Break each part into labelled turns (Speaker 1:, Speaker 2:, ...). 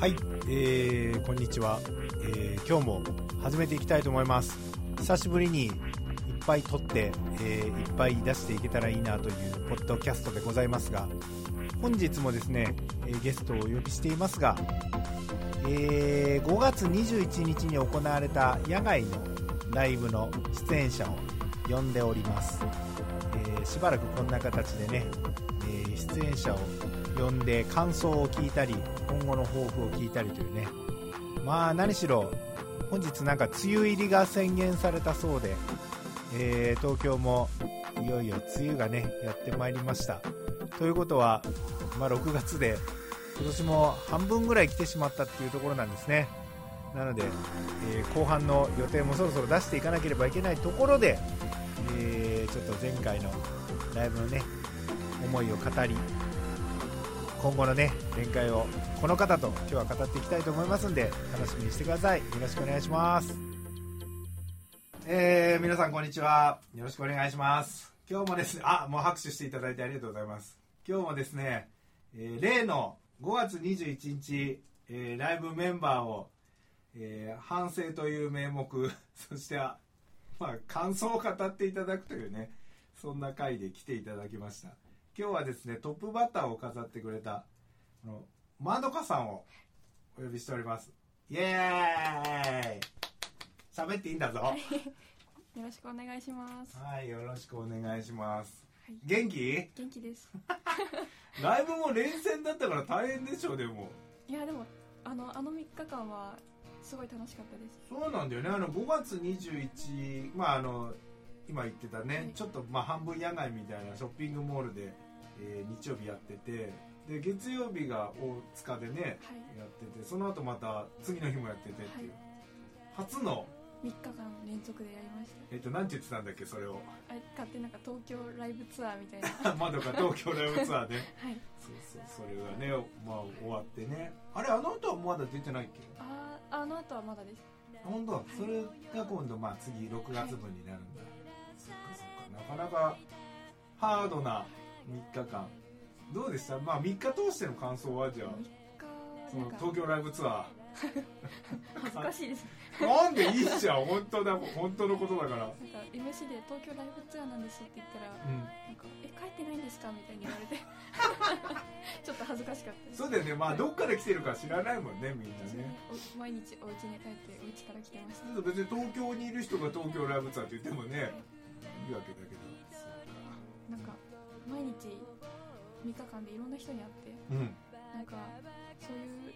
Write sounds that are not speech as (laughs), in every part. Speaker 1: はい、えーこんにちは、えー今日も始めていきたいと思います久しぶりにいっぱい撮って、えーいっぱい出していけたらいいなというポッドキャストでございますが本日もですね、えーゲストをお呼びしていますが、えー5月21日に行われた野外のライブの出演者を呼んでおります、えーしばらくこんな形でね、えー出演者を呼んで感想を聞いたり今後の抱負を聞いたりというねまあ何しろ本日なんか梅雨入りが宣言されたそうで、えー東京もいよいよ梅雨がねやってまいりましたということは、まあ、6月で今年も半分ぐらい来てしまったっていうところなんですねなので、えー後半の予定もそろそろ出していかなければいけないところで、えーちょっと前回のライブのね思いを語り今後のね展開をこの方と今日は語っていきたいと思いますんで楽しみにしてくださいよろしくお願いしますえー、皆さんこんにちはよろしくお願いします今日もですねあもう拍手していただいてありがとうございます今日もですね、えー例の5月21日、えーライブメンバーを、えー反省という名目 (laughs) そしてはまあ感想を語っていただくというねそんな回で来ていただきました今日はですねトップバッターを飾ってくれたあのまどかさんをお呼びしておりますイエーイ喋っていいんだぞ
Speaker 2: よろしくお願いします。は
Speaker 1: はいよろしくお願いします
Speaker 2: い、
Speaker 1: 元気
Speaker 2: 元気です。
Speaker 1: ライブも連戦だったから大変でしょでも
Speaker 2: いやでもあのあの3日間はすごい楽しかったです。
Speaker 1: そうなんだよねあの5月21まああの今言ってたね、ちょっとまあ半分野外みたいなショッピングモールで、えー日曜日やっててで月曜日が大塚でね
Speaker 2: は
Speaker 1: やっててその後また次の日もやっててっていう、初の
Speaker 2: い、3日間連続でやりまし
Speaker 1: えっとなんて言ってたんだっけそれを (laughs)
Speaker 2: た。あ勝手になんか東京ライブツアーみたいな。は
Speaker 1: 窓か東京ライブツアーで
Speaker 2: い。
Speaker 1: そうそうそれがねまあ終わってねあれあの後はまだ出てないっけ
Speaker 2: あーあの後はまだです。
Speaker 1: 本当それが今度まあ次6月分になるんだ、そっかそっかなかなかハードな3日間どうでしたまあ3日通しての感想はじゃあそ
Speaker 2: 3日な
Speaker 1: の
Speaker 2: んか
Speaker 1: 東京ライブツア
Speaker 2: 恥ずかしいです。
Speaker 1: ーなんでいいじゃん本当だ本当のことだから
Speaker 2: なんか MC で東京ライブツアーなんですって言ったら
Speaker 1: うん
Speaker 2: なんかえ帰ってないんですかみたいに言われて (laughs) ちょっと恥ずかしかったです。
Speaker 1: そうだよねまあどっから来てるか知らないもんねみんなね
Speaker 2: お毎日お家に帰ってお家から来てました。
Speaker 1: だって別に東京にいる人が東京ライブツアーって言ってもねいいわけだけどそ
Speaker 2: なんか毎日3日間でいろんな人に会って。
Speaker 1: うか
Speaker 2: なんかそういう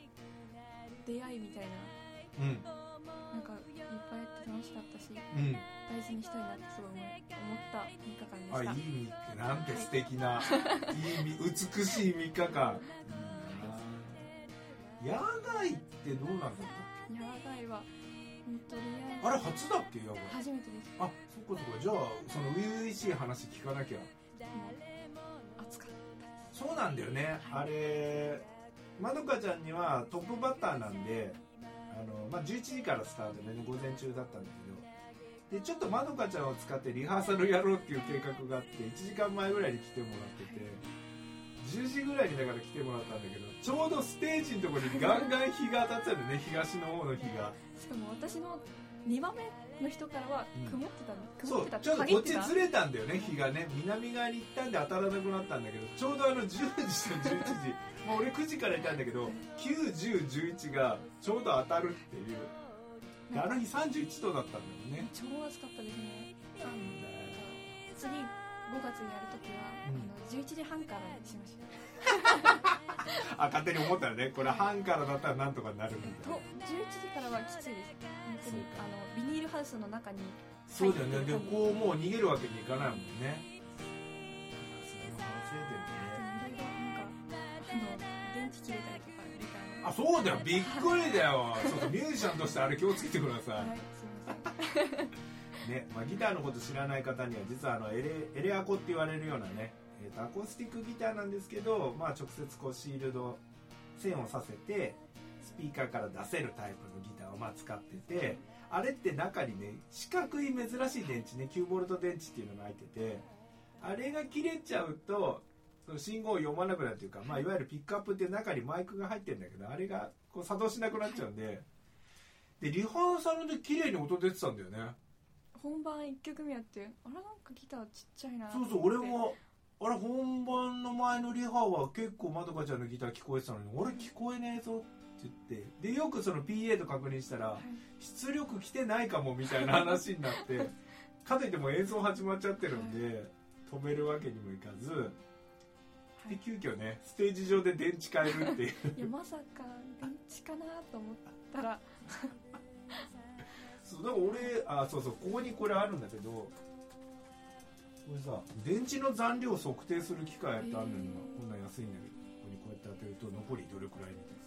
Speaker 2: 出会いみたい
Speaker 1: う
Speaker 2: な
Speaker 1: んうん
Speaker 2: なんかいっぱいあって楽しかったし
Speaker 1: うん
Speaker 2: 大事にしたいなってすごい思い思った3
Speaker 1: あい
Speaker 2: 日
Speaker 1: い
Speaker 2: 間でし
Speaker 1: 3日なんて素敵ないい美しい3日間いいな野外ってどうなんだった
Speaker 2: た野外は本当に
Speaker 1: あれ初だっけ野外
Speaker 2: 初めてです
Speaker 1: あそっかそっかじゃあその初々しい話聞かなきゃ
Speaker 2: もう暑かっ
Speaker 1: そうなんだよねあれまどかちゃんにはトップバッターなんであの、まあ、11時からスタートでね午前中だったんだけどでちょっとまどかちゃんを使ってリハーサルやろうっていう計画があって1時間前ぐらいに来てもらってて10時ぐらいにだから来てもらったんだけどちょうどステージのところにガンガン日が当たってたのね東の方の日が
Speaker 2: たしかも私の2番目の人からは
Speaker 1: うん
Speaker 2: 曇ってたの、
Speaker 1: そ
Speaker 2: 曇
Speaker 1: う
Speaker 2: ってた
Speaker 1: ちょっとこっちず
Speaker 2: れ
Speaker 1: れたんだよね日がね南側に行ったんで当たらなくなったんだけどちょうどあの10時と11時まあ俺9時からいたんだけど91011がちょうど当たるっていうであの日31度だったんだよね
Speaker 2: 超暑かったですね
Speaker 1: なんだよ
Speaker 2: 次5月にやるときは、
Speaker 1: うん
Speaker 2: あの11時半からにしました
Speaker 1: あ勝手に思ったらねこれ半からだったらなんとかなるみたい
Speaker 2: と
Speaker 1: な
Speaker 2: 11時からはきついです本当に
Speaker 1: そうか
Speaker 2: あのビニールハウスの中に
Speaker 1: そうだよねでこうもう逃げるわけにいかないもんねそれも反省点
Speaker 2: いろいろなんかあの電池切れたりと
Speaker 1: ね
Speaker 2: か入れたり
Speaker 1: あそうだよびっくりだよちょっとミュージシャンとしてあれ気をつけてください
Speaker 2: はいすいません
Speaker 1: ねまあ、ギターのこと知らない方には実はあのエレエレアコって言われるようなね、えーとアコースティックギターなんですけど、まあ、直接こうシールド線をさせてスピーカーから出せるタイプのギターをまあ使っててあれって中にね四角い珍しい電池ね 9V 電池っていうのが入っててあれが切れちゃうとその信号を読まなくなるというか、まあ、いわゆるピックアップって中にマイクが入ってるんだけどあれがこう作動しなくなっちゃうんででリハーサルで綺麗に音出てたんだよね
Speaker 2: 本番1曲目やってあれなんかギターちっちゃいなと
Speaker 1: そ
Speaker 2: 思
Speaker 1: う
Speaker 2: って
Speaker 1: そう俺もあれ本番の前のリハは結構まどかちゃんのギター聞こえてたのに俺聞こえねえぞって言ってでよくその PA と確認したら
Speaker 2: はい
Speaker 1: 出力来てないかもみたいな話になってかといってもう演奏始まっちゃってるんで止めるわけにもいかず
Speaker 2: は
Speaker 1: で
Speaker 2: い
Speaker 1: 急遽ねステージ上で電池変えるっていう
Speaker 2: いやまさか電池かなと思ったら
Speaker 1: そうだから俺あそうそうここにこれあるんだけどこれさ電池の残量を測定する機械ってあるのに
Speaker 2: へー
Speaker 1: こんな安いんだけどここにこうやって当てると残りどれくらいみたいな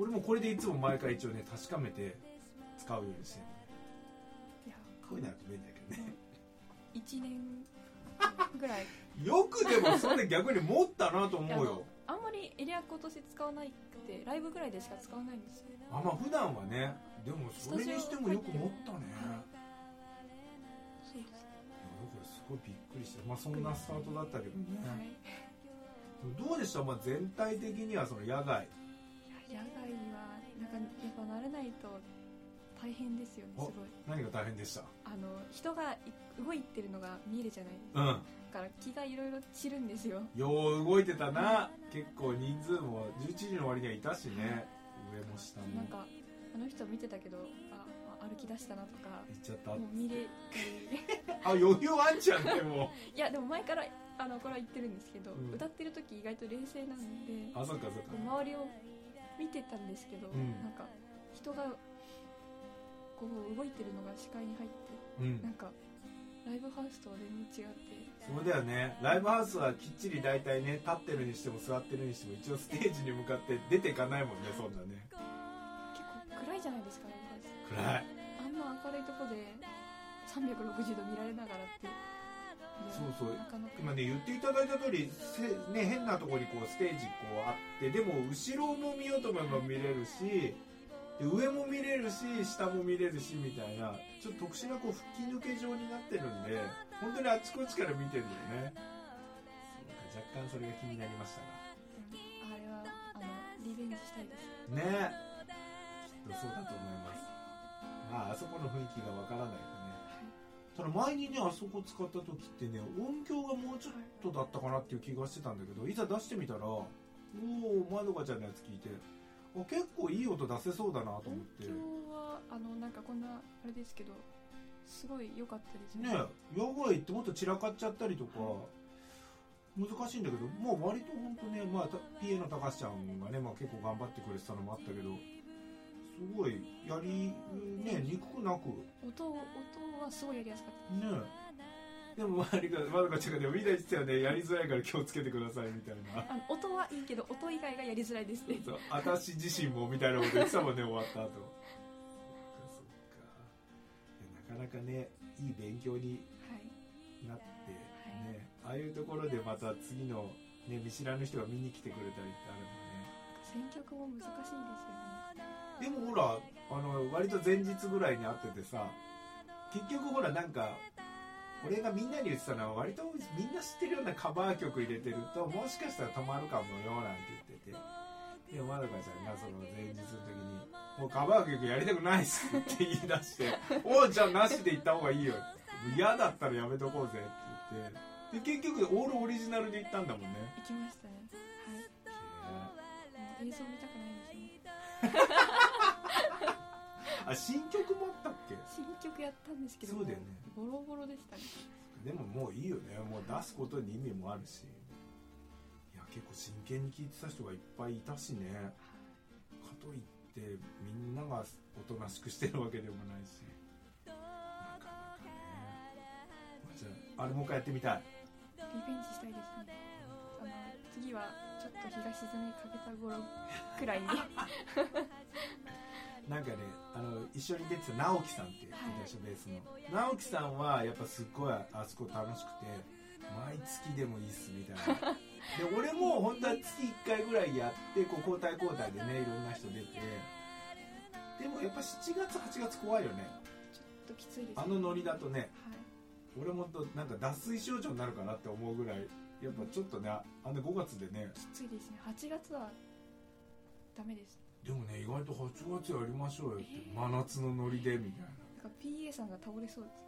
Speaker 1: 俺もこれでいつも毎回一応ね確かめて使うようにしてる
Speaker 2: いや
Speaker 1: こういうのは便利だけどね (laughs)
Speaker 2: 1年ぐらい
Speaker 1: よくでもそれ逆に持ったなと思う
Speaker 2: いや
Speaker 1: よ
Speaker 2: あんまりエリアコとして使わないってライブぐらいでしか使わないんですよ
Speaker 1: あまあ普段はねでもそれにしてもよく持ったねいやこ
Speaker 2: そうです
Speaker 1: れすごいびっくりしてまあそんなスタートだったけどね
Speaker 2: ね、はい
Speaker 1: どうでした、まあ、全体的にはその野外
Speaker 2: いや野外はなんかやっぱ慣れないと大変ですよねす
Speaker 1: お
Speaker 2: ごい
Speaker 1: 何が大変でした
Speaker 2: あの人がい動いてるのが見えるじゃないですか、
Speaker 1: うん
Speaker 2: だから気がいろいろ散るんですよ
Speaker 1: よう動いてたな結構人数も11時の割にはいたしね上も下
Speaker 2: な
Speaker 1: も
Speaker 2: んかあの人見てたけどああ歩き出したなとか
Speaker 1: 行っちゃっ
Speaker 2: もう見れたり (laughs)
Speaker 1: たあ余裕あんじゃんでも
Speaker 2: いやでも前からあのこれは言ってるんですけど、
Speaker 1: うん
Speaker 2: 歌ってる時意外と冷静なんで
Speaker 1: あそっかそっ
Speaker 2: こう
Speaker 1: か
Speaker 2: 周りを見てたんですけど、
Speaker 1: うん
Speaker 2: なんか人がこう動いてるのが視界に入って
Speaker 1: うん
Speaker 2: なんかライブハウスとは全然違って
Speaker 1: そうだよねライブハウスはきっちり大体ね立ってるにしても座ってるにしても一応ステージに向かって出ていかないもんねそんなね
Speaker 2: 結構暗いじゃないですかライブハウス
Speaker 1: 暗い
Speaker 2: あんま明るいとこで360度見られながらっていや
Speaker 1: そうそう
Speaker 2: なかなか
Speaker 1: 今ね言っていただいた通りせね変なところにこうステージこうあってでも後ろも見ようと思えば見れるしで上も見れるし下も見れるしみたいなちょっと特殊なこう吹き抜け状になってるんで本当にあちこちから見てるんだよねそうか若干それが気になりました
Speaker 2: あれはあのリベンジしたいです
Speaker 1: がねきっとそうだと思いますまああそこの雰囲気がわからないよねただ前にねあそこ使った時ってね音響がもうちょっとちょっとだったかなっていう気がしてたんだけどいざ出してみたらおおまどかちゃんのやつ聞いてあ結構いい音出せそうだなと思
Speaker 2: 音
Speaker 1: って
Speaker 2: 響
Speaker 1: ね
Speaker 2: はあのなんかこんなあれですけどすごい良かったです
Speaker 1: え野外ってもっと散らかっちゃったりとか難しいんだけどまあ割と本当ねまあた PA の高橋ちゃんがね、まあ、結構頑張ってくれてたのもあったけどすごいやりねにくくなく
Speaker 2: 音を音はすごいやりやすかった
Speaker 1: ねえでも周りがまどかちゃんがねみんな言ってたよねやりづらいから気をつけてくださいみたいな
Speaker 2: あの音はいいけど音以外がやりづらいですね
Speaker 1: そう私自身もみたいなこと言ってたもんね終わった後そっかそっかいやなかなかねいい勉強に
Speaker 2: はい
Speaker 1: なってねああいうところでまた次の、ね、見知らぬ人が見に来てくれたりってあ
Speaker 2: 選曲も難しいですよね
Speaker 1: るもんねでもほらあの割と前日ぐらいに会っててさ結局ほらなんか俺がみんなに言ってたのは割とみんな知ってるようなカバー曲入れてるともしかしたら止まるかもよなんて言っててでまどかちゃんがその前日の時に「もうカバー曲やりたくないっす」って言い出して「おうじゃあなしで行った方がいいよ」嫌だったらやめとこうぜって言ってで結局オールオリジナルで行ったんだもんね
Speaker 2: (laughs) 行きましたねはいもう映像見たくないですね
Speaker 1: あ新曲もあったっけ
Speaker 2: 新曲やったんですけど
Speaker 1: そうだよね
Speaker 2: もうボロボロでしたね
Speaker 1: でももういいよねもう出すことに意味もあるしいや結構真剣に聴いてた人がいっぱいいたしねかといってみんながおとなしくしてるわけでもないしなかなかねじゃああれもう一回やってみたい
Speaker 2: リベンジしたいですねあの次はちょっと日が沈みかけた頃
Speaker 1: (laughs)
Speaker 2: くらいには
Speaker 1: なんかねあの一緒に出てた直樹さんっていう東ベースの、直樹さんはやっぱすっごいあそこ楽しくて毎月でもいいっすみたいなで俺も本当は月1回ぐらいやってこう交代交代でねいろんな人出てでもやっぱ7月8月怖いよね
Speaker 2: いちょっときついですね
Speaker 1: あのノリだとね
Speaker 2: はい
Speaker 1: 俺もほんとなんか脱水症状になるかなって思うぐらいやっぱちょっとねあんな5月でね
Speaker 2: きついですね8月はダメです
Speaker 1: でもね意外と8月やりましょうよって
Speaker 2: えー
Speaker 1: 真夏のノリでみたいな
Speaker 2: なんか PA さんが倒れそうです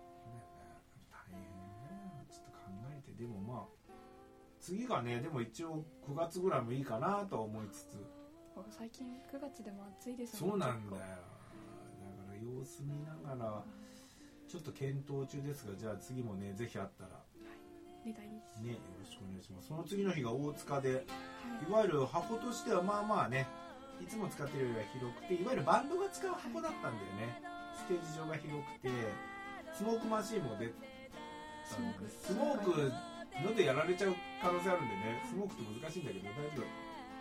Speaker 1: 大変ねちょっと考えてでもまあ次がねでも一応9月ぐらいもいいかなとは思いつつ
Speaker 2: あ最近9月でも暑いです
Speaker 1: そうなんだよだ
Speaker 2: 結
Speaker 1: から様子見ながらちょっと検討中ですがじゃあ次もねぜひあったら
Speaker 2: 構寝たいです、
Speaker 1: ねよろしくお願いしますその次の日が大塚で
Speaker 2: は
Speaker 1: いわ
Speaker 2: い
Speaker 1: ゆる箱としてはまあまあねいつも使ってるよりは広くていわゆるバンドが使う箱だったんだよねステージ上が広くてスモークマシーンも出て
Speaker 2: スモーク
Speaker 1: スモークのでやられちゃう可能性あるんでねスモークって難しいんだけど大丈夫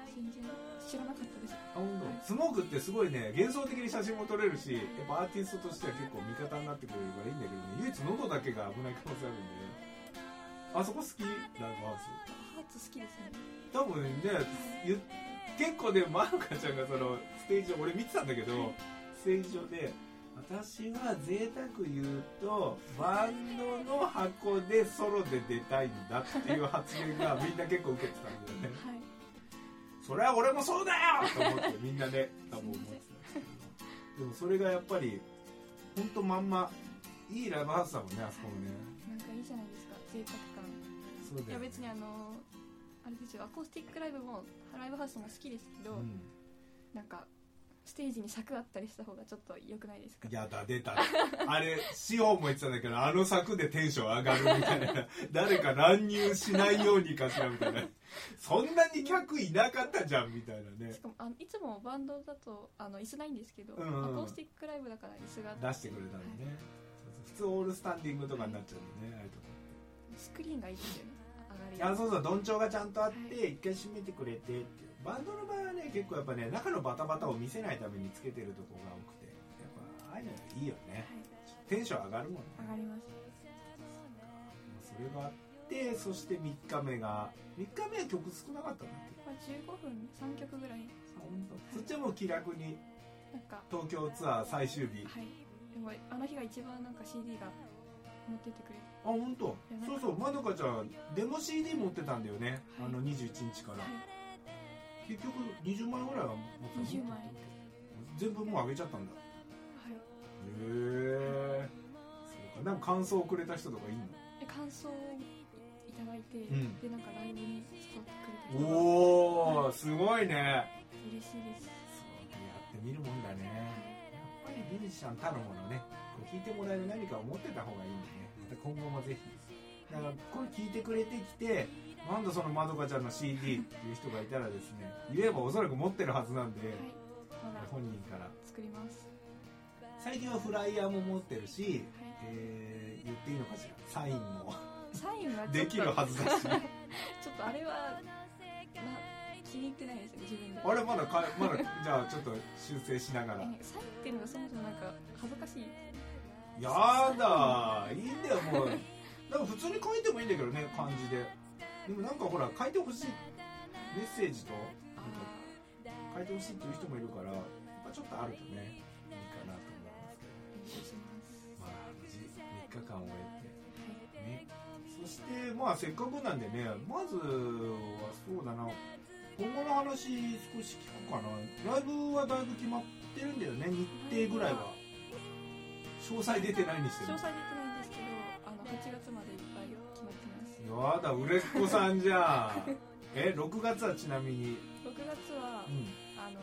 Speaker 2: 全然知らなかったです
Speaker 1: あ本当スモークってすごいね幻想的に写真も撮れるしやっぱアーティストとしては結構味方になってくれるからいいんだけどね唯一喉だけが危ない可能性あるんでねあそこ好きライブハウス
Speaker 2: ハーツ好きですね
Speaker 1: 多分ねゆ結構ねまるかちゃんがそのステージ上俺見てたんだけどステージ上で私は贅沢言うとバンドの箱でソロで出たいんだっていう発言がみんな結構受けてたん
Speaker 2: (laughs)
Speaker 1: だよね
Speaker 2: はい
Speaker 1: それは俺もそうだよと思ってみんなで多分思ってたんですけどでもそれがやっぱりほんとまんまいいライブハウスだもんねあそこもね
Speaker 2: なんかいいじゃないですか贅沢感
Speaker 1: そう
Speaker 2: い
Speaker 1: だ
Speaker 2: や
Speaker 1: よね
Speaker 2: 別にあのあれですよアコースティックライブもライブハウスも好きですけど、
Speaker 1: うん
Speaker 2: なんかステージに柵あったりした方がちょっと良くないですか
Speaker 1: やだ出たあれシオンも言ってたんだけどあの柵でテンション上がるみたい
Speaker 2: (laughs)
Speaker 1: な誰か乱入しないようにかしらみたいなそんなに客いなかったじゃんみたいなね
Speaker 2: しかもあのいつもバンドだとあの椅子ないんですけど、
Speaker 1: うんうんうん
Speaker 2: アコースティックライブだから椅子があって
Speaker 1: 出してくれたのね普通オールスタンディングとかになっちゃうんだよねあれとか
Speaker 2: スクリーンがいいですよね上が
Speaker 1: あ
Speaker 2: り
Speaker 1: そうそうどんちょうがちゃんとあっ
Speaker 2: は
Speaker 1: て一回閉めてくれてっていうバンドの場合はね結構やっぱね中のバタバタを見せないためにつけてるとこが多くてやっぱああいうのいいよねテンション上がるもんね
Speaker 2: はい上がります
Speaker 1: それがあってそして3日目が3日目は曲少なかったんだっけ
Speaker 2: まあ15分3曲ぐらい
Speaker 1: 本当そっちはもう気楽に
Speaker 2: なんか
Speaker 1: 東京ツアー最終日あ
Speaker 2: はいでもあの日が一番なんか CD が持ってってくれて
Speaker 1: 本当そうそうまどかちゃんデモ CD 持ってたんだよね、
Speaker 2: はい
Speaker 1: あの21日から、
Speaker 2: はい
Speaker 1: 結局20枚ぐらいは持ってたの
Speaker 2: 20枚は
Speaker 1: 全部もうあげちゃったんだ
Speaker 2: い
Speaker 1: へえそうかなんか感想をくれた人とかいい
Speaker 2: で感想をいただいて、
Speaker 1: ん
Speaker 2: でなんかライブに誘ってくれた
Speaker 1: の
Speaker 2: 人が
Speaker 1: おおすごいね
Speaker 2: 嬉しいです
Speaker 1: そうやってみるもんだ
Speaker 2: は
Speaker 1: ね
Speaker 2: い
Speaker 1: やっぱりミュージシャンたるものねこう聞いてもらえる何かを持ってた方がいいんでねまた今後もぜひだからこれ聞いてくれてきてなんだそのまどかちゃんの CD っていう人がいたらですね言えばおそらく持ってるはずなんで
Speaker 2: はいまだ
Speaker 1: 本人から
Speaker 2: 作ります
Speaker 1: 最近はフライヤーも持ってるし、
Speaker 2: は
Speaker 1: えー言っていいのかしらサインも
Speaker 2: いサインはちょ
Speaker 1: で
Speaker 2: っと
Speaker 1: きるはずだし
Speaker 2: ちょっとあれは、ま気に入ってないですよ自分で
Speaker 1: あれまだかまだじゃあちょっと修正しながら
Speaker 2: えサインっていうのがそもそもなんか恥ずかしい
Speaker 1: やだいいんだよもうなんか普通に書いてもいいんだけどね漢字ででもなんかほら書いてほしいメッセージと
Speaker 2: あ
Speaker 1: 書いてほしいっていう人もいるからやっぱちょっとあるとねいいかなと思いますけ
Speaker 2: あ練習します
Speaker 1: どまあ無事3日間終
Speaker 2: は
Speaker 1: えてねそしてまあせっかくなんでねまずはそうだな今後の話少し聞くかなライブはだいぶ決まってるんだよね日程ぐらいは詳細出てないにして
Speaker 2: い
Speaker 1: も
Speaker 2: 詳細できないんですけどあの8月までいっぱい決まってます
Speaker 1: やだ売れっ子さんじゃ (laughs) んえ6月はちなみに、
Speaker 2: 6月は、
Speaker 1: うん、
Speaker 2: あの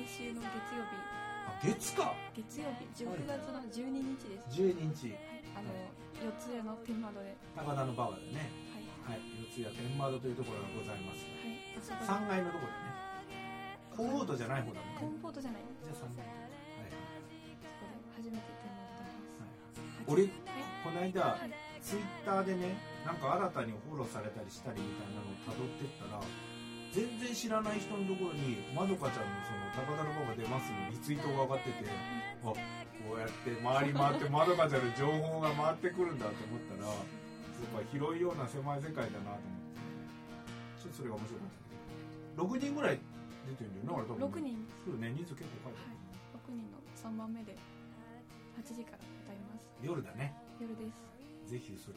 Speaker 2: 来週の月曜
Speaker 1: あ月か
Speaker 2: 日月曜日6月の12日です、
Speaker 1: 12日
Speaker 2: はい、あの四ツ谷の天窓ではい
Speaker 1: 高田の馬場でね
Speaker 2: はい
Speaker 1: はい四谷天窓というところがございます
Speaker 2: あそこ
Speaker 1: 3階のところだね高ードじゃない方だ
Speaker 2: コ
Speaker 1: もん
Speaker 2: ン
Speaker 1: ね
Speaker 2: ポートじゃない
Speaker 1: じゃあ3階
Speaker 2: そこで初めて天窓でます
Speaker 1: はい、はい、俺
Speaker 2: はい
Speaker 1: この間
Speaker 2: はい
Speaker 1: ツイッターでねなんか新たにフォローされたりしたりみたいなのをたどってったら全然知らない人のところにまどかちゃんのその「高田の馬場出ます」のリツイートが上がっててあこうやって回り回ってまどかちゃんの情報が回ってくるんだと思ったらやっぱ広いような狭い世界だなと思ってちょっとそれが面白かった6人ぐらい出てるんだよねあれ多分
Speaker 2: 6
Speaker 1: ね
Speaker 2: 人
Speaker 1: そうね人数結構書いてある、
Speaker 2: 6人の3番目で8時から歌います
Speaker 1: 夜だね
Speaker 2: 夜です
Speaker 1: ぜひそれ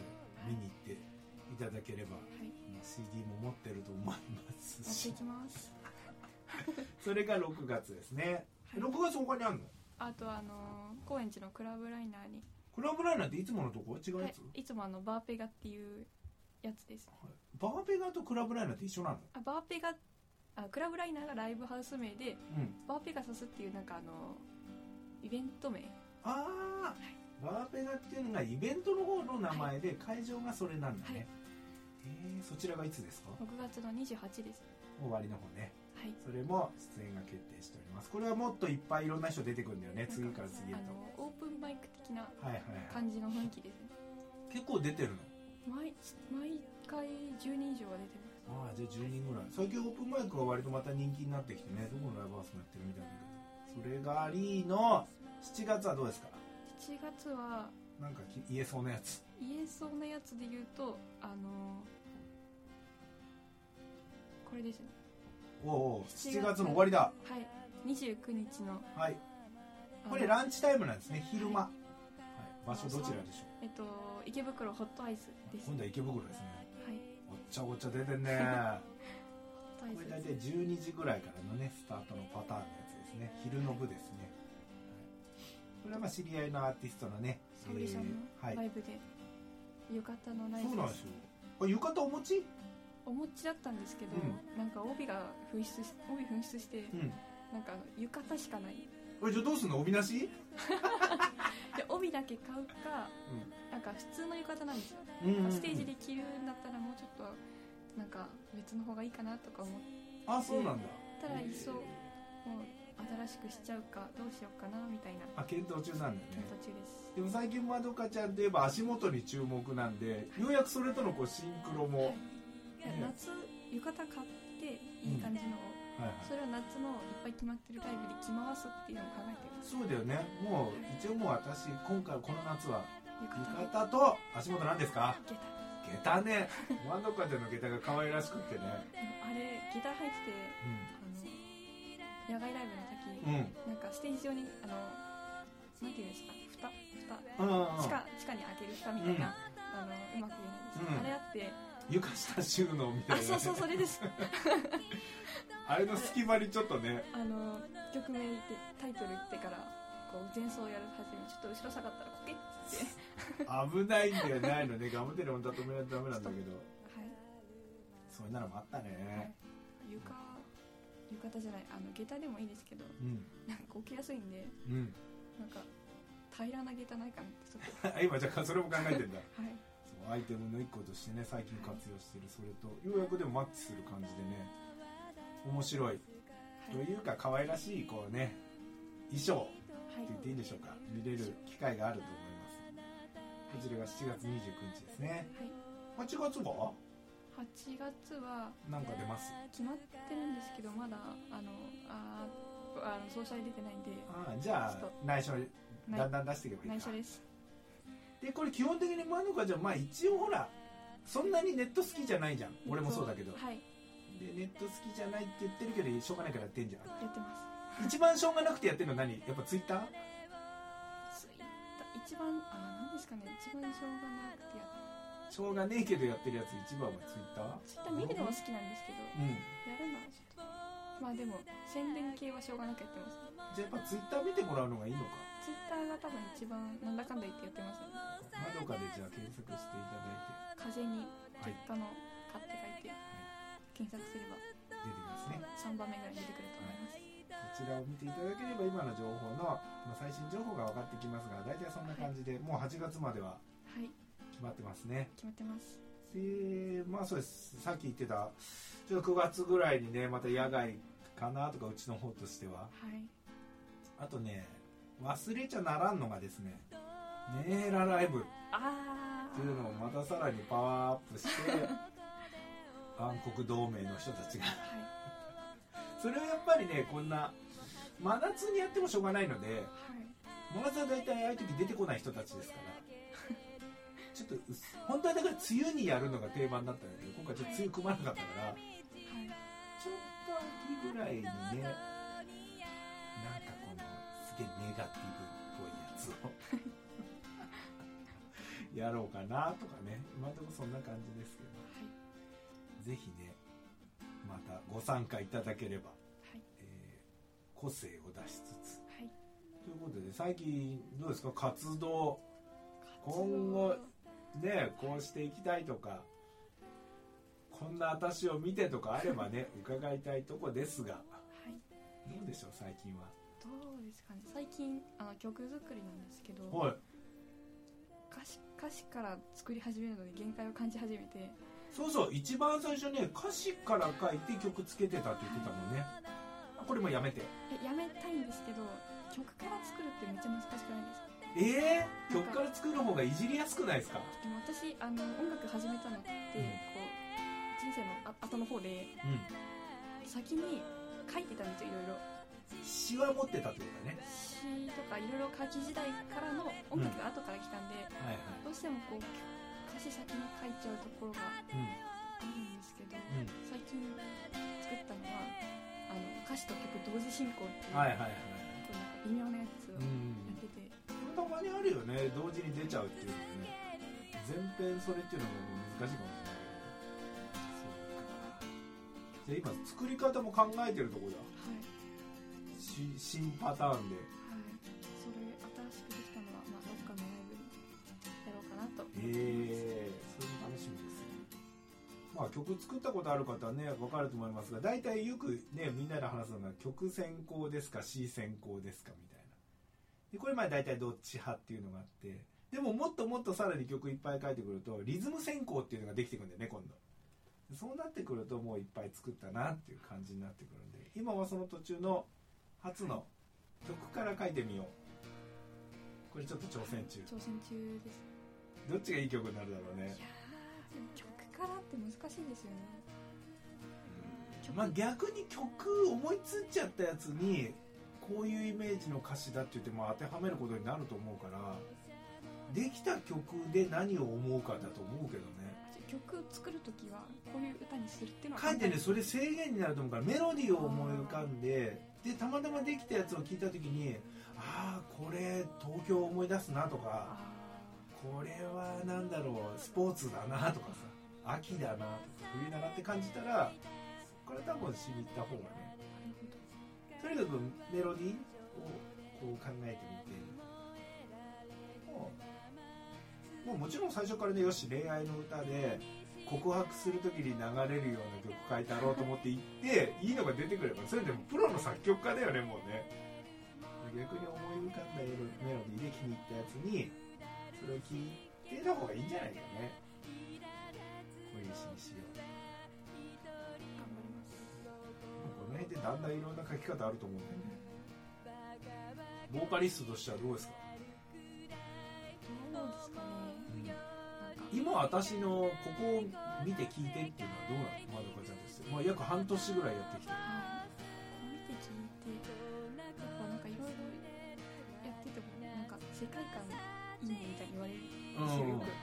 Speaker 1: 見に行っていただければ
Speaker 2: はい、
Speaker 1: CD も持ってると思います
Speaker 2: 持って
Speaker 1: し
Speaker 2: いきます
Speaker 1: それが6月ですね
Speaker 2: はい
Speaker 1: 6月他にあるの
Speaker 2: あとあのー高円寺のクラブライナーに
Speaker 1: クラブライナーっていつものとこ違う
Speaker 2: は
Speaker 1: や
Speaker 2: い
Speaker 1: つ、
Speaker 2: いつもあのバーペガっていうやつです
Speaker 1: バーベガとクラブライナーって一緒なの
Speaker 2: あバーペガあクラブライナーがライブハウス名で
Speaker 1: うん
Speaker 2: バーペガサスっていうなんかあのイベント名
Speaker 1: ああバーベガっていうのがイベントの方の名前で会場がそれなんだ
Speaker 2: はい
Speaker 1: ねえーそちらがいつですか
Speaker 2: 6月の28です
Speaker 1: 終わりの方ね
Speaker 2: はい
Speaker 1: それも出演が決定しておりますこれはもっといっぱいいろんな人出てくるんだよね次から次へ
Speaker 2: あ
Speaker 1: と
Speaker 2: のオープンバイク的な
Speaker 1: はいはいはい
Speaker 2: 感じの雰囲気ですね
Speaker 1: 結構出てるの
Speaker 2: 毎毎回10人以上は出てます
Speaker 1: ああじゃあ10人ぐらい最近オープンマイクが割とまた人気になってきてねどこのライブハウスもやってるみたいだけどそれがありの7月はどうですか
Speaker 2: 7月は
Speaker 1: なんかき言えそうなやつ
Speaker 2: 言えそうなやつで言うとあのこれですね
Speaker 1: おうおう7月の終わりだ
Speaker 2: はい29日の
Speaker 1: はい
Speaker 2: あの
Speaker 1: これランチタイムなんですね昼間、はい、場所どちらでしょ
Speaker 2: えっと池袋ホットアイス
Speaker 1: う
Speaker 2: です
Speaker 1: 今度は池袋ですね
Speaker 2: はい
Speaker 1: おっちゃおっちゃ出てんね
Speaker 2: ホットアイ
Speaker 1: こ
Speaker 2: ス
Speaker 1: れ
Speaker 2: で
Speaker 1: 大
Speaker 2: す
Speaker 1: 体12時ぐらいからのねスタートのパターンのやつですね昼の部ですね、はい、これはまあ知り合いのアーティストのね
Speaker 2: 沙織さん
Speaker 1: えーは
Speaker 2: のラ
Speaker 1: い
Speaker 2: イブで、浴衣のライ
Speaker 1: そう
Speaker 2: ブ
Speaker 1: なんですよあ浴衣お持ち
Speaker 2: お持ちだったんですけど、
Speaker 1: う
Speaker 2: なんか帯が紛失し帯紛失して、
Speaker 1: うん
Speaker 2: なんかあの浴衣しかない
Speaker 1: えじゃあどうすんの帯なし
Speaker 2: で帯だけ買うかなんか普通の浴衣なんですよ、
Speaker 1: うん、うん
Speaker 2: ステージで着るんだったらもうちょっとなんか別の方がいいかなとか思っ
Speaker 1: あそうなんだ
Speaker 2: たらいっそもう新しくしちゃうかどうしようかなみたいな
Speaker 1: あ検討中なんだよね
Speaker 2: 検討中です
Speaker 1: でも最近まどかちゃんといえば足元に注目なんでようやくそれとのこうシンクロも、
Speaker 2: いや
Speaker 1: ね
Speaker 2: 夏浴衣買っていい感じの
Speaker 1: はいはい
Speaker 2: を、それを夏のいっぱい決まってるライブで着回すっていうのを考えてます
Speaker 1: そうだよねもう一応もう私今回この夏は
Speaker 2: 浴衣
Speaker 1: 浴衣と足元なんですか
Speaker 2: 下駄
Speaker 1: 下駄ねまどかちゃんの下駄が可愛らしくってね
Speaker 2: でもあれギター入っててあの野外ライブ
Speaker 1: うん
Speaker 2: の時、なんかステージ上にあのなんていうんですか蓋蓋
Speaker 1: うんうんうん
Speaker 2: 地下地下に開ける蓋みたいな、あのうまく言えないで
Speaker 1: 床下
Speaker 2: す、
Speaker 1: 収納みたい
Speaker 2: あれ
Speaker 1: な
Speaker 2: あってあそうそうそれです
Speaker 1: あれの隙間にちょっとね
Speaker 2: あの曲名言ってタイトル言ってからこう前奏をやるはずにちょっと後ろ下がったらコケッつって、
Speaker 1: 危ないんだよないのねガムテレも畳めないとダメなんだけど
Speaker 2: は
Speaker 1: それなのもあったね
Speaker 2: い、床浴衣じゃないあの下駄でもいいですけ
Speaker 1: う
Speaker 2: ど
Speaker 1: ん
Speaker 2: なんかこけやすいんで
Speaker 1: うん
Speaker 2: なんか平らな下駄ないかなってちょっと
Speaker 1: あ (laughs) 今じゃあそれも考えてんだ (laughs)
Speaker 2: はい
Speaker 1: そうアイテムの一個としてね最近活用してるそれとようやくでもマッチする感じでね面白いと
Speaker 2: はい
Speaker 1: いうか可愛らしいこうね衣装
Speaker 2: は
Speaker 1: って
Speaker 2: い
Speaker 1: 言っていいんでしょうか見れる機会があると思いますこちらが7月29日ですね
Speaker 2: はい
Speaker 1: 8月は
Speaker 2: 8月は
Speaker 1: なんか出ます
Speaker 2: 決まってるんですけどまだあのあーあの総裁出てないんで
Speaker 1: ああじゃ
Speaker 2: ちょ
Speaker 1: あ
Speaker 2: っ
Speaker 1: 内緒に
Speaker 2: 内
Speaker 1: だんだん出していけばいい
Speaker 2: 内
Speaker 1: か
Speaker 2: 緒です
Speaker 1: でこれ基本的にまのかちゃんまあ一応ほらそんなにネット好きじゃないじゃん俺もそうだけどで
Speaker 2: はい
Speaker 1: ネット好きじゃないって言ってるけどしょうがないからやってんじゃ
Speaker 2: やってます
Speaker 1: ん一番しょうがなくてやってるの何やっぱツイッター
Speaker 2: ツイッター一番あー何ですかね一番しょうがなくてやっ
Speaker 1: しょうがねえけどやってるやつ一番はツイッター
Speaker 2: ツイッター見るのは好きなんですけど
Speaker 1: うん
Speaker 2: やるのはちょっとまあでも宣伝系はしょうがなくやってます
Speaker 1: じゃあやっぱツイッター見てもらうのがいいのか
Speaker 2: ツイッターが多分一番なんだかんだ言ってやってますね
Speaker 1: まどかでじゃあ検索していただいて
Speaker 2: 風に
Speaker 1: はい、出て
Speaker 2: 結果の「か」って書いて検索すれば
Speaker 1: きますね。
Speaker 2: 3番目ぐらいに出てくると思います
Speaker 1: こちらを見ていただければ今の情報の、まあ、最新情報が分かってきますが、大体そんな感じで、もう8月までは
Speaker 2: はい
Speaker 1: 決まってますね。
Speaker 2: 決まってます
Speaker 1: で、まあそうです。さっき言ってた、ちょっと9月ぐらいにね、また野外かなとか、うちの方としては。
Speaker 2: はい
Speaker 1: あとね、忘れちゃならんのがですね、ネーラライブ
Speaker 2: あ
Speaker 1: っていうのをまたさらにパワーアップして、暗黒同盟の人たちが
Speaker 2: あはい
Speaker 1: それはやっぱりねこんな真夏にやってもしょうがないので
Speaker 2: はい
Speaker 1: 真夏は大体ああいう時出てこない人たちですからちょっとうっす本当はだから梅雨にやるのが定番だったんだけど今回ちょっと梅雨組まなかったから
Speaker 2: はい
Speaker 1: ちょっと秋ぐらいにねなんかこのすげえネガティブっぽいやつを (laughs) やろうかなとかね今のところそんな感じですけど
Speaker 2: はい
Speaker 1: ぜひねまたご参加いただければ、
Speaker 2: はい
Speaker 1: えー個性を出しつつ
Speaker 2: はい
Speaker 1: ということで最近どうですか活動
Speaker 2: 活動
Speaker 1: 今後ねこうしていきたいとかこんな私を見てとかあれば (laughs) ね伺いたいとこですが
Speaker 2: はい
Speaker 1: どうでしょう最近は
Speaker 2: どうですかね最近あの曲作りなんですけど
Speaker 1: はい
Speaker 2: 歌詞歌詞から作り始めるので限界を感じ始めて
Speaker 1: そうそう一番最初ね歌詞から書いて曲つけてたって言ってたもんねこれもやめて
Speaker 2: えやめたいんですけど曲から作るってめっちゃ難しくないですか
Speaker 1: えー、曲から作る方がいじりやすくないですか
Speaker 2: でも私あの音楽始めたのって、
Speaker 1: うん
Speaker 2: こう人生のあ後の方で
Speaker 1: うん
Speaker 2: 先に書いてたんですよいろいろ
Speaker 1: 詩は持ってたってことだね
Speaker 2: 詩とかいろいろ書き時代からの音楽が後から来たんで、
Speaker 1: はいはい
Speaker 2: どうしてもこう歌詞先に書いちゃうところがあるんですけど、
Speaker 1: うんうん
Speaker 2: 最近作ったのはあの歌詞と曲同時進行っていう、
Speaker 1: はいはいはい
Speaker 2: こうなんか微妙なやつを
Speaker 1: う
Speaker 2: や
Speaker 1: ん
Speaker 2: ってて、
Speaker 1: たまにあるよね同時に出ちゃうっていうのね前編それっていうのも難しいかもしれないけどそうかじゃあ今作り方も考えてるとこだ
Speaker 2: はい
Speaker 1: し新パターンで
Speaker 2: はいそれ新しくできたのは、まあ、どっかのライブにやろうかなと
Speaker 1: ええそれも楽しみですねまあ曲作ったことある方はね分かると思いますが大体よくねみんなで話すのが曲先行ですか C 先行ですかみたいなでこれまで大体どっち派っていうのがあってでももっともっとさらに曲いっぱい書いてくるとリズム先行っていうのができてくるんだよね今度そうなってくるともういっぱい作ったなっていう感じになってくるんで今はその途中の初の曲から書いてみようこれちょっと挑戦中
Speaker 2: 挑戦中です
Speaker 1: どっちがいい曲になるだろう
Speaker 2: い
Speaker 1: ね
Speaker 2: やーでも曲からって難しいですよね
Speaker 1: まあ逆に曲思いついちゃったやつにこういうイメージの歌詞だって言っても当てはめることになると思うからできた曲で何を思うかだと思うけどね
Speaker 2: 曲を作るときはこういう歌にするっていうのは
Speaker 1: 書いてねそれ制限になると思うからメロディーを思い浮かんででたまたまできたやつを聞いた時にああこれ東京を思い出すなとか
Speaker 2: あ
Speaker 1: これは何だろうスポーツだなとかさ秋だなとか冬だなって感じたらこれ多分しみった方がね
Speaker 2: ーなるほ
Speaker 1: と
Speaker 2: ど
Speaker 1: にかくメロディーをこう考えてみてもうもうもちろん最初からねよし恋愛の歌で告白する時に流れるような曲書いてあろうと思って行っていいのが出てくればそれでもプロの作曲家だよねもうね逆に思い浮かんだメロディーで気に入ったやつにそれを聴いてた方がいいんじゃないかね恋しにしよう
Speaker 2: 頑張ります
Speaker 1: この辺でだんだんいろんな書き方あると思うんでねボーカリストとしてはどうですか、
Speaker 2: どうですかねなんか
Speaker 1: 今私のここを見て聞いてっていうのはどうなのまどかちゃんとして、まあ、約半年ぐらいやってきて
Speaker 2: はいこう見て聞いてやっぱなんかいろいろやっててもなんか世界観いいねみたいに言われる
Speaker 1: うん
Speaker 2: 強くな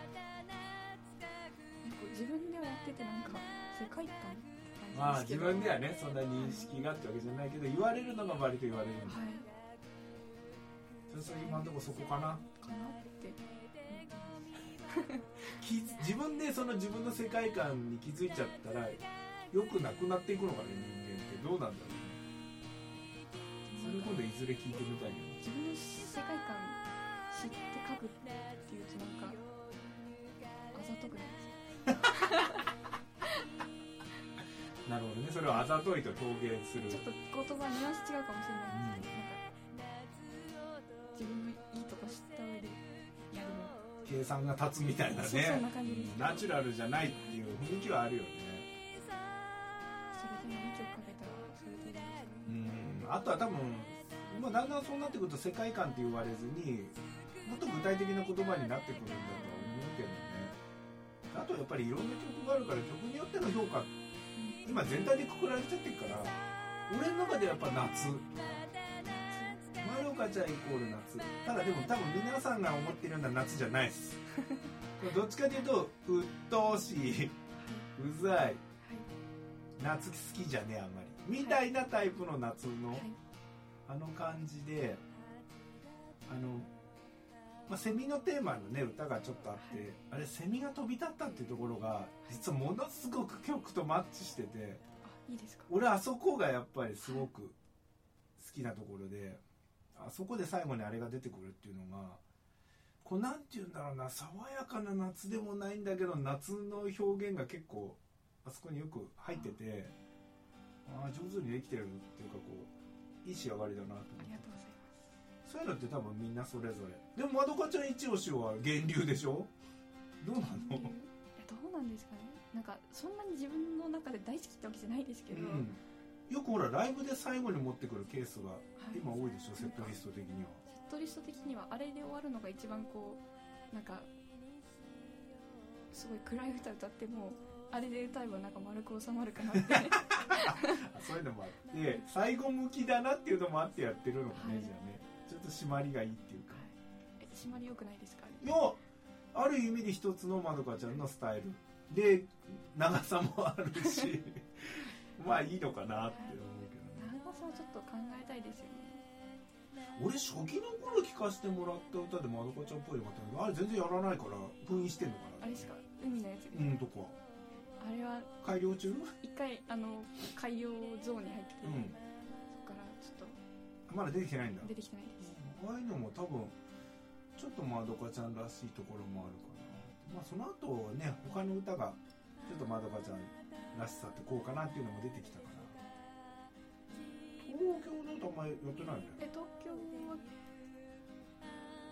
Speaker 2: んか自分ではやっててなんか世界観って
Speaker 1: まあ自
Speaker 2: 感じですけど
Speaker 1: 分ではねそんな認識がってわけじゃないけど言われるのが割と言われるんで
Speaker 2: はい
Speaker 1: それ今のとこそこかな
Speaker 2: かなって思ってます
Speaker 1: 気づ自分でその自分の世界観に気づいちゃったらよくなくなっていくのかね人間ってどうなんだろうねそれ今度いずれ聞いてみたいけど
Speaker 2: 自分の世界観知って書くっていうとなんかあざとくないですか
Speaker 1: なるほどねそれをあざといと表現する
Speaker 2: ちょっと言葉ニュアンス違うかもしれないですけど、なんか自分のいいとこ知った上でやるの
Speaker 1: 計算が立つみたいなね
Speaker 2: そうそんな感じです
Speaker 1: うんナチュラルじゃないっていう雰囲気はあるよね
Speaker 2: それでも2曲かけたらそれでいいです
Speaker 1: うん
Speaker 2: かね
Speaker 1: あとは多分もうだんだんそうなってくると世界観って言われずにもっと具体的な言葉になってくるんだとは思うけどねあとやっぱりいろんな曲があるから曲によっての評価今全体でくくられちゃってるから俺の中ではやっぱ夏まろかちゃんイコール夏ただでも多分皆さんが思ってるような夏じゃないですこれどっちかというと鬱陶しいうざい夏好きじゃねえあんまりみたいなタイプの夏の、
Speaker 2: はいはい
Speaker 1: あの感じであのまあ、セミのテーマのね歌がちょっとあって、あれセミが飛び立ったっていうところが実はものすごく曲とマッチしてて
Speaker 2: いいですか
Speaker 1: 俺あそこがやっぱりすごく好きなところであそこで最後にあれが出てくるっていうのがこうなんて言うんだろうな爽やかな夏でもないんだけど夏の表現が結構あそこによく入っててああ上手にできてるっていうかこういい仕上がりだなと思って
Speaker 2: ありがとうございます
Speaker 1: そういうのって多分みんなそれぞれでもまどかちゃん一押しは源流でしょどうなの
Speaker 2: いやどうなんですかねなんかそんなに自分の中で大好きってわけじゃないですけど、はい
Speaker 1: うん、よくほらライブで最後に持ってくるケースが今多いでしょセットリスト的には
Speaker 2: セットリスト的にはあれで終わるのが一番こうなんかすごい暗い歌歌ってもあれで歌えばなんか丸く収まるかなって
Speaker 1: (laughs) あそういうのもあって最後向きだなっていうのもあってやってるのもね、
Speaker 2: はい
Speaker 1: じゃあねちょっと締まりがいいっていうか
Speaker 2: え締まり良くないですか
Speaker 1: いやある意味で一つのまどかちゃんのスタイルで長さもある
Speaker 2: (laughs)
Speaker 1: しまあいいのかなって思うけどね
Speaker 2: 長さはちょっと考えたいですよね
Speaker 1: 俺初期の頃聴かせてもらった歌でまどかちゃんっぽいのがあったんだけどあれ全然やらないから封印してんのか
Speaker 2: あ
Speaker 1: な
Speaker 2: れですか海のやつ、
Speaker 1: うんとか
Speaker 2: あれは
Speaker 1: 改良中
Speaker 2: 一回あの海洋ゾーンに入ってて、
Speaker 1: うん
Speaker 2: そこからちょっ
Speaker 1: まだ出てきてないんだ
Speaker 2: と出てきてないです
Speaker 1: ああいうのも多分ちょっとまどかちゃんらしいところもあるかなまあその後はね他の歌がちょっとまどかちゃんらしさってこうかなっていうのも出てきたから東京の歌あんまりやってないんだ
Speaker 2: え
Speaker 1: よ
Speaker 2: 東京は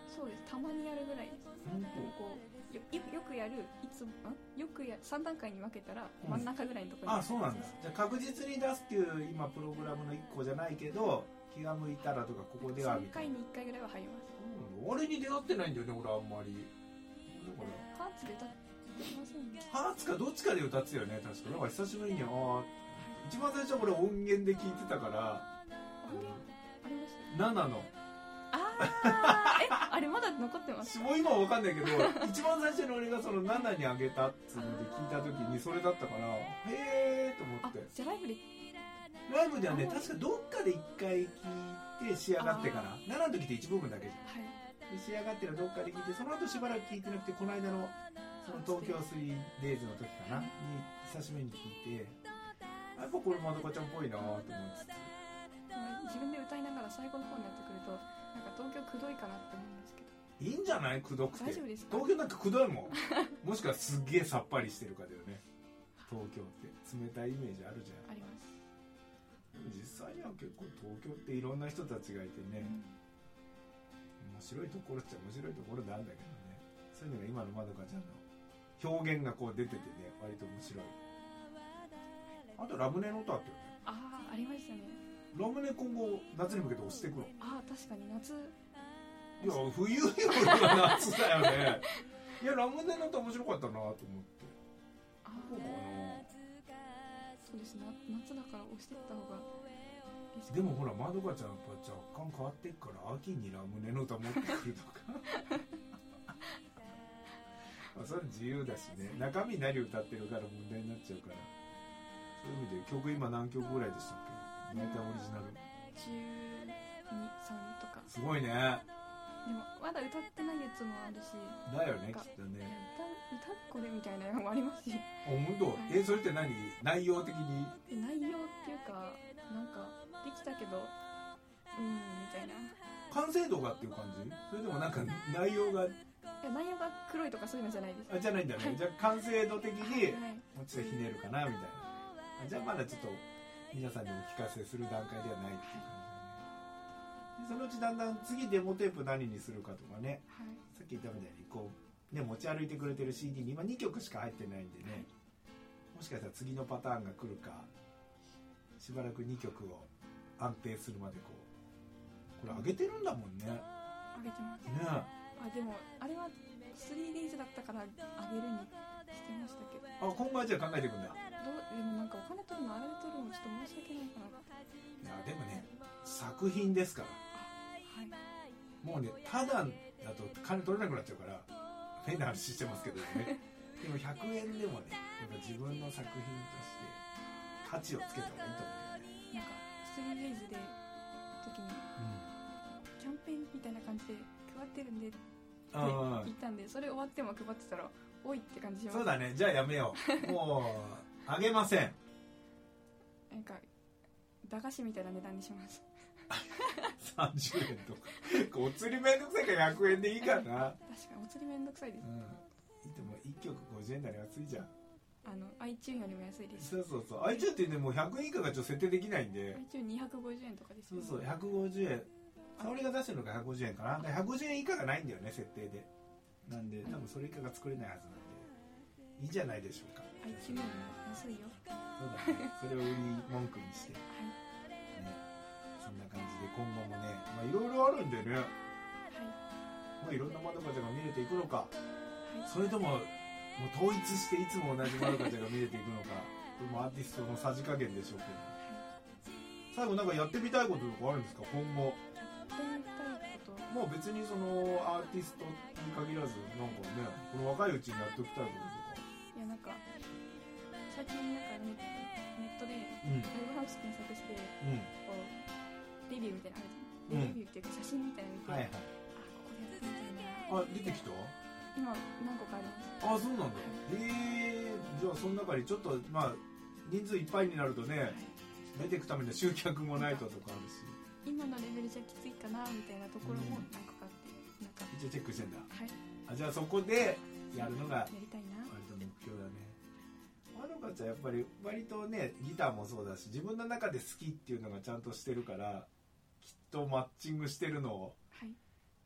Speaker 2: そうですたまにやるぐらいです
Speaker 1: 本
Speaker 2: こうよよよくやるいつもんよくや3段階に分けたら
Speaker 1: うん
Speaker 2: 真ん中ぐらいのところ
Speaker 1: 当
Speaker 2: に、
Speaker 1: あそうなんだじゃあ確実に出すっていう今プログラムの一個じゃないけど気が向いたらとかここではみ
Speaker 2: 3
Speaker 1: たい
Speaker 2: 回
Speaker 1: な
Speaker 2: に1回ぐらいは入ります
Speaker 1: うんあれに出会ってないんだよね俺あんまりだから
Speaker 2: パーツで歌ってませんね
Speaker 1: ハーツかどっちかで歌ってたよね確かなんか久しぶりにああ一番最初は俺音源で聞いてたから
Speaker 2: 音源ありました
Speaker 1: 7の
Speaker 2: あーえあれまだ残ってます
Speaker 1: もう今は分かんない (laughs) けど一番最初に俺がその7にあげたっつうので聞いた時にそれだったからへえと思
Speaker 2: あ
Speaker 1: って
Speaker 2: じゃあライブで
Speaker 1: ライブではね確かどっかで一回聞いて仕上がってか
Speaker 2: あ
Speaker 1: ら7の時って一部分だけじゃん
Speaker 2: はい
Speaker 1: で仕上がってるどっかで聞いてその後しばらく聞いてなくてこの間のその東京スリーデイズの時かなに久しぶりに聞いてあやっぱこれまどかちゃんっぽいなと思って
Speaker 2: 自分で歌いながら最後の方になってくるとなんか東京くどいかなって思うんですけど
Speaker 1: いいんじゃないくどくて
Speaker 2: 大丈夫ですか
Speaker 1: 東京なんかくどいもん (laughs) もしくはすっげえさっぱりしてるかだよね東京って冷たいイメージあるじゃ
Speaker 2: あ
Speaker 1: ん
Speaker 2: ります、
Speaker 1: 実際には結構東京っていろんな人たちがいてね面白いところっちゃ面白いところなんだけどねそういうのが今のまどかちゃんの表現がこう出ててね割と面白いあとラムネの歌あったよね
Speaker 2: ああありましたね
Speaker 1: ラムネ今後夏に向けて押していくの
Speaker 2: ああ確かに夏
Speaker 1: いや冬よりは夏だよねいやラムネの歌面白かったなと思って
Speaker 2: あ
Speaker 1: どう
Speaker 2: ー
Speaker 1: かな
Speaker 2: そうですな夏だから押してった方がいいすか
Speaker 1: でもほらまどかちゃんやっぱ若干変わってっから秋にラムネの歌持ってくるとかまあそれ自由だしね中身何歌ってるから問題になっちゃうからそういう意味で曲今何曲ぐらいでしたっけ大体オリジナル
Speaker 2: 123とか
Speaker 1: すごいね
Speaker 2: でもまだ歌ってないやつもあるしい
Speaker 1: だよねきっとね
Speaker 2: や歌う歌っこれみたいなのもありますし
Speaker 1: あ本当えそれって何内容的に
Speaker 2: で内容っていうかなんかできたけどうーんみたいない
Speaker 1: 完成度がっていう感じそれでもなんか内容が
Speaker 2: や内容が黒いとかそういうのじゃないです
Speaker 1: あじゃないんだねじゃあ完成度的に
Speaker 2: はい
Speaker 1: もうちょっとひねるかなみたいなあじゃあまだちょっと皆さんにお聞かせする段階ではないっていう感じだねでそのうちだんだん次デモテープ何にするかとかね
Speaker 2: はい
Speaker 1: さっき言ったみたいにこう、ね、持ち歩いてくれてる CD に今2曲しか入ってないんでねもしかしたら次のパターンが来るかしばらく2曲を安定するまでこうこれ上げてるんだもんねね
Speaker 2: あげてます
Speaker 1: あ
Speaker 2: あでもあれは 3days だったからあげるにしてましたけど
Speaker 1: 今後はじゃあ考えていくんだ
Speaker 2: どうでもなんかお金取るのあれで取るのちょっと申し訳ないかなって
Speaker 1: いやでもね作品ですから
Speaker 2: はい
Speaker 1: もうねただだと金取れなくなっちゃうから変な話してますけどねでも100円でもねやっぱ自分の作品として価値をつけた方がいいと
Speaker 2: なんか 3days で時に
Speaker 1: 思
Speaker 2: キャンペーンみたいな感じで配ってるんで
Speaker 1: うん
Speaker 2: 行ったんでそれ終わっても配ってたら多いって感じします
Speaker 1: そうだねじゃあやめようもうあげません
Speaker 2: なんか駄菓子みたいな値段にします
Speaker 1: 30円とかお釣りめんどくさいから100円でいいかな
Speaker 2: 確かにお釣りめんどくさいです
Speaker 1: うんでも1曲50円なら安いじゃん
Speaker 2: あの iTune よりも安いです
Speaker 1: そうそうそう iTunes ってねもう100円以下がちょっと設定できないんで
Speaker 2: iTune250 円とかです
Speaker 1: そう
Speaker 2: よね
Speaker 1: そう150円沙織が出してるのが150円かなで150円以下がないんだよね設定でなんで多分それ以下が作れないはずなんでいいじゃないでしょうか
Speaker 2: iTune よりも安いよ
Speaker 1: そうだねそれを売り文句にしてねそ
Speaker 2: は
Speaker 1: んな感じで今後もねまあいろいろあるんでね
Speaker 2: いは
Speaker 1: まあいろんなまどかちゃんが見れていくのか
Speaker 2: いはい
Speaker 1: それとももう統一していつも同じまどかちゃんが見れていくのかこれもアーティストのさじ加減でしょうけど最後なんかやってみたいこととかあるんですか今後
Speaker 2: やってみたいこと
Speaker 1: もう別にそのアーティストに限らずなんかねこの若いうちにやっておきたいこ
Speaker 2: いやなんか最近なんかネネットでライ
Speaker 1: ととか
Speaker 2: ブハウス検索して
Speaker 1: うんうん
Speaker 2: こうレビューみたいなの
Speaker 1: う
Speaker 2: あるじゃん、
Speaker 1: ん
Speaker 2: レビューっていうか写真みたいなの見て、
Speaker 1: はいはい
Speaker 2: あここ
Speaker 1: あ出て
Speaker 2: でやってみたいな
Speaker 1: きた
Speaker 2: 今何個かあります
Speaker 1: あそうなんだへえじゃあその中にちょっとまあ人数いっぱいになるとね出てくための集客もないととかあるし
Speaker 2: 今のレベルじゃきついかなみたいなところも何個かあって、なんか
Speaker 1: 一応チェックしてんだ
Speaker 2: はい
Speaker 1: あじゃあそこでやるのが
Speaker 2: やりたいな
Speaker 1: 割と目標だねまどかちゃんやっぱり割とねギターもそうだし自分の中で好きっていうのがちゃんとしてるからきっとマッチングしてるのを
Speaker 2: はい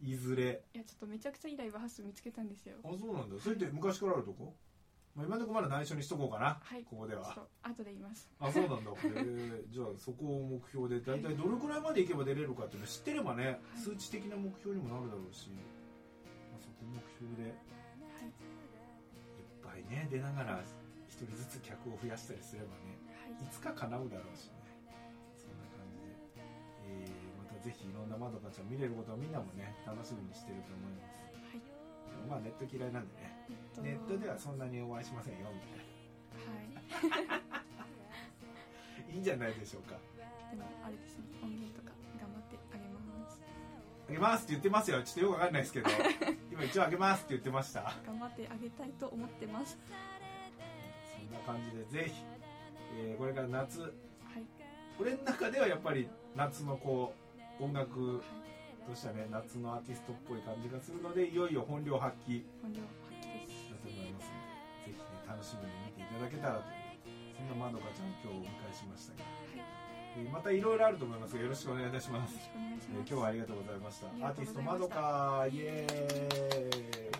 Speaker 2: い
Speaker 1: いずれ
Speaker 2: やちょっとめちゃくちゃいいライブハウス見つけたんですよ
Speaker 1: あそうなんだそれって昔からあるとこ、まあ、今のところまだ内緒にしとこうかな、
Speaker 2: はい
Speaker 1: ここで
Speaker 2: ちょっ
Speaker 1: は
Speaker 2: と後で言います
Speaker 1: あそうなんだへえじゃあそこを目標で大体どれくらいまでいけば出れるかっていうの知ってればね、数値的な目標にもなるだろうし、まあ、そこ目標でいっ
Speaker 2: はい
Speaker 1: ぱいね出ながら一人ずつ客を増やしたりすればね
Speaker 2: はい
Speaker 1: いつか叶うだろうしねそんな感じで、えーまたぜひいろんなまどかちゃん見れることはみんなもね楽しみにしてると思いますでもまあ
Speaker 2: はい
Speaker 1: ネット嫌いなんでね
Speaker 2: えっと
Speaker 1: ネットではそんなにお会いしませんよみたいな
Speaker 2: はい
Speaker 1: いいんじゃないでしょうか
Speaker 2: でもあれですね音源とか頑張ってあげます
Speaker 1: あげますって言ってますよちょっとよくわかんないです (laughs) けど今一応あげますって言ってました
Speaker 2: 頑張ってあげたいと思ってます
Speaker 1: そんな感じでぜひ、えーこれから夏
Speaker 2: はい
Speaker 1: 俺の中ではやっぱり夏のこう音楽
Speaker 2: はい
Speaker 1: としてはね夏のアーティストっぽい感じがするのでいよいよ本領発揮
Speaker 2: 本領発揮です
Speaker 1: だと思いますのでぜひね楽しみに見ていただけたらというそんなまどかちゃん今日お迎えしましたが、
Speaker 2: はいよ
Speaker 1: えーまたいろいろあると思いますがよろしくお願いいたしま
Speaker 2: ろ
Speaker 1: す
Speaker 2: しくお願いし
Speaker 1: えー
Speaker 2: ま
Speaker 1: 今
Speaker 2: す
Speaker 1: 日はありがとうございました
Speaker 2: ありが
Speaker 1: アー
Speaker 2: と
Speaker 1: テ
Speaker 2: う
Speaker 1: ィス
Speaker 2: ござ
Speaker 1: ト
Speaker 2: いま
Speaker 1: ま
Speaker 2: した
Speaker 1: どかイエーイ